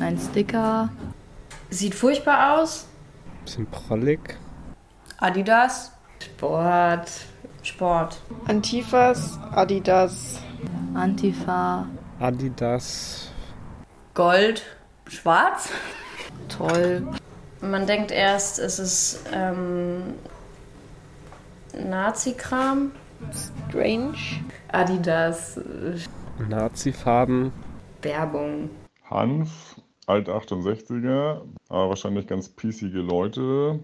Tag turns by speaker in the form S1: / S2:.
S1: Ein Sticker. Sieht furchtbar aus.
S2: Bisschen prallig.
S1: Adidas. Sport. Sport.
S3: Antifas, Adidas.
S1: Antifa.
S2: Adidas.
S1: Gold. Schwarz.
S3: Toll.
S4: Man denkt erst, es ist ähm, Nazi-Kram.
S3: Strange.
S1: Adidas.
S2: Nazi-Farben.
S1: Werbung.
S5: Hanf, Alt 68er, aber wahrscheinlich ganz piecige Leute.